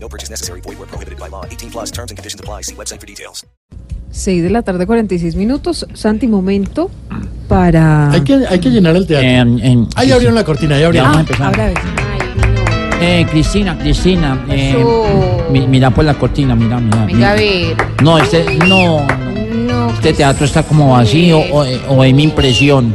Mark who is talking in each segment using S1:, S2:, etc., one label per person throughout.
S1: No purchase necessary. Void where prohibited by law. 18 plus terms and conditions apply. See website for details.
S2: 6 de la tarde, 46 minutos. Santi, momento para.
S3: Hay que, hay que llenar el teatro.
S4: Em, em,
S3: Ahí
S4: sí,
S3: abrieron
S4: sí.
S3: la cortina, ahí
S4: Ya,
S3: abrieron.
S4: vamos a
S3: Ah,
S4: empezar.
S2: Ahora ves.
S5: Ay, no.
S4: Eh, Cristina, Cristina. eh,
S2: Eso.
S4: mi- mira por la cortina, mira, mira.
S2: Venga, a
S4: mira.
S2: ver.
S4: No, este, no, no.
S2: No.
S4: Este teatro está como vacío o, eh, o es mi impresión.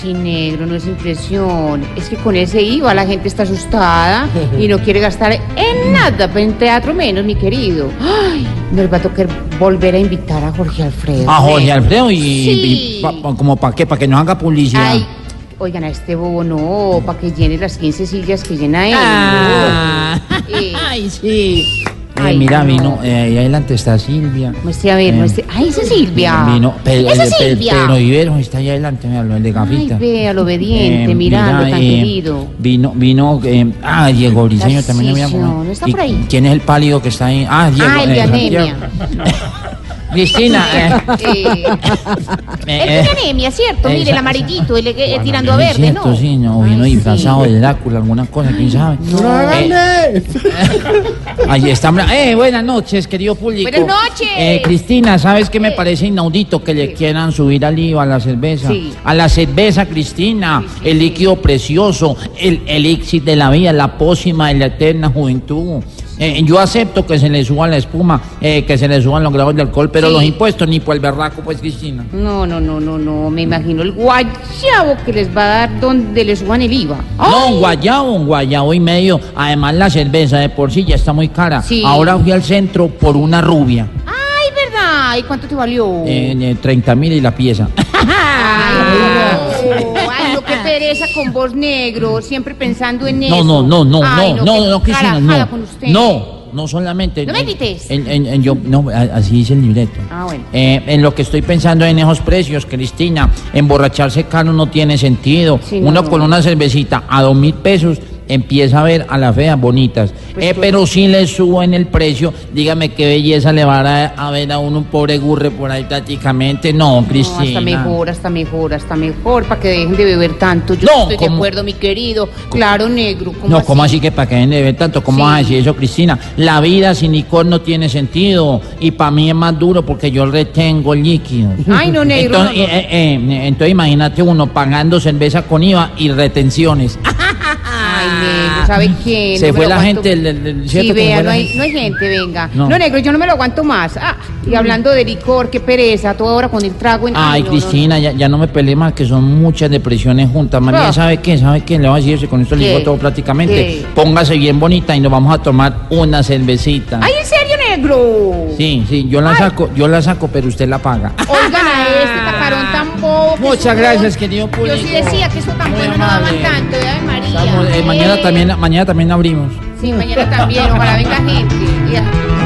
S6: Sí, negro, no es impresión. Es que con ese IVA la gente está asustada y no quiere gastar en nada, pero en teatro menos, mi querido. Ay, nos va a tocar volver a invitar a Jorge Alfredo.
S4: A Jorge
S6: negro.
S4: Alfredo y,
S6: Sí.
S4: y pa- pa- como para qué, para que nos haga publicidad.
S6: Ay, oigan, a este bobo no, para que llene las 15 sillas que llena él.
S4: Ah.
S6: Eh.
S4: Ay, sí. Eh,
S6: Ay,
S4: mira,
S6: no.
S4: vino, eh, ahí adelante está Silvia.
S6: Muestre a ver,
S4: Eh.
S6: muestre. Ay, esa es Silvia.
S4: Vino, Pedro,
S6: esa es
S4: Pe-
S6: Silvia.
S4: Pedro Ibero está ahí adelante, mira, lo- el de
S6: Ay,
S4: gafita.
S6: vea, lo obediente,
S4: Eh,
S6: mirando,
S4: mira,
S6: tan
S4: eh,
S6: querido.
S4: Vino, vino, eh, ah, Diego Briseño también lo
S6: Tarcisio,
S4: llamó.
S6: ¿no está
S4: ¿Y
S6: por ahí?
S4: ¿Quién es el pálido que está ahí? Ah, Diego.
S6: Ah, el de anemia.
S4: Cristina, eh,
S6: Eh,
S4: eh,
S6: él
S4: eh,
S6: tiene anemia, ¿cierto? Mire, el
S4: esa-
S6: amarillito, el, el- el tirando a
S4: es
S6: verde,
S4: cierto,
S6: ¿no?
S4: sí, no, vino
S6: Ay, sí.
S4: disfrazado de Drácula, alguna cosa, quién sabe. Eh,
S3: ¡Háganle!
S4: Ahí está. hombre. Eh, buenas noches, querido público.
S6: Buenas noches. Eh.
S4: Eh, Cristina, ¿sabes qué me parece inaudito que le quieran subir al IVA a la cerveza?
S6: Sí.
S4: A la cerveza, Cristina, el líquido precioso, el elixir de la vida, la pócima de la eterna juventud. Eh, yo acepto que se le suba la espuma, eh, que se le suban los grados de alcohol, pero
S6: Sí.
S4: los impuestos ni por el berraco, pues, Cristina.
S6: No, no, no, no, no. Me imagino el guayabo que les va a dar donde les suban el IVA.
S4: No, un guayabo, un guayabo y medio. Además, la cerveza de por sí ya está muy cara.
S6: Sí.
S4: Ahora fui al centro por una rubia.
S6: Ay, ¿verdad? ¿Y cuánto te valió?
S4: En 30 mil y la pieza.
S6: Ay, no. Ay, no, qué pereza con vos, negro. Siempre pensando en
S4: No,
S6: eso.
S4: no, no, no,
S6: Ay,
S4: no, no,
S6: qué
S4: no, Cristina,
S6: carajada
S4: no.
S6: con usted.
S4: No, no solamente.
S6: No me grites.
S4: En, en- en yo, no, a- así dice el libreto.
S6: Ah, bueno.
S4: Eh, en lo que estoy pensando en esos precios, Cristina, emborracharse caro no tiene sentido.
S6: Sí, no,
S4: Uno
S6: no.
S4: con una cervecita a dos mil pesos empieza a ver a las feas bonitas.
S6: Pues
S4: Eh, pero si le suben el precio, dígame qué belleza le va a, a ver a uno un pobre gurre por ahí prácticamente. No,
S6: No,
S4: Cristina.
S6: hasta mejor, hasta mejor, hasta mejor, para que dejen de beber tanto. Yo
S4: No,
S6: estoy
S4: ¿cómo?
S6: de acuerdo, mi querido. Claro, negro. ¿cómo
S4: No, ¿cómo así que para que dejen de ver tanto? ¿Cómo vas a
S6: Sí.
S4: decir eso, Cristina? La vida sin licor no tiene sentido. Y para mí es más duro porque yo retengo el líquido.
S6: Ay, no, negro.
S4: Entonces,
S6: no, no.
S4: eh, eh, eh, entonces imagínate uno pagando cerveza con IVA y retenciones.
S6: Ay, negro, ¿sabe qué?
S4: ah, Se
S6: me
S4: fue
S6: lo
S4: la
S6: aguanto.
S4: gente, el- el- el- ¿cierto que
S6: Sí,
S4: se
S6: vea,
S4: fue
S6: no
S4: la
S6: hay,
S4: gente?
S6: no hay gente, venga.
S4: No.
S6: No. negro, yo no me lo aguanto más. Ah, y hablando de licor, qué pereza, toda hora con el trago. En...
S4: Ay,
S6: no, no,
S4: Cristina, Ya, ya no me peleé más, que son muchas depresiones juntas. Más
S6: Ah.
S4: bien, ¿sabe qué? ¿Sabe qué? Le voy a decir, con esto le digo
S6: ¿Qué?
S4: todo prácticamente.
S6: ¿Qué?
S4: Póngase bien bonita y nos vamos a tomar una cervecita.
S6: no. Ay, ¿en serio, negro?
S4: Sí, sí, yo la saco, yo la saco, pero usted la paga.
S6: Oigan a este taparón tan bobo. que
S4: Ah. Muchas
S6: es un
S4: gracias,
S6: huevón.
S4: querido público.
S6: Yo sí decía que eso tan
S4: Muy
S6: bueno no daba
S4: amable.
S6: tanto, Ave María.
S4: Estamos, eh, mañana
S6: Eh,
S4: también, mañana también abrimos.
S6: Sí, mañana también, ojalá venga gente. Ya.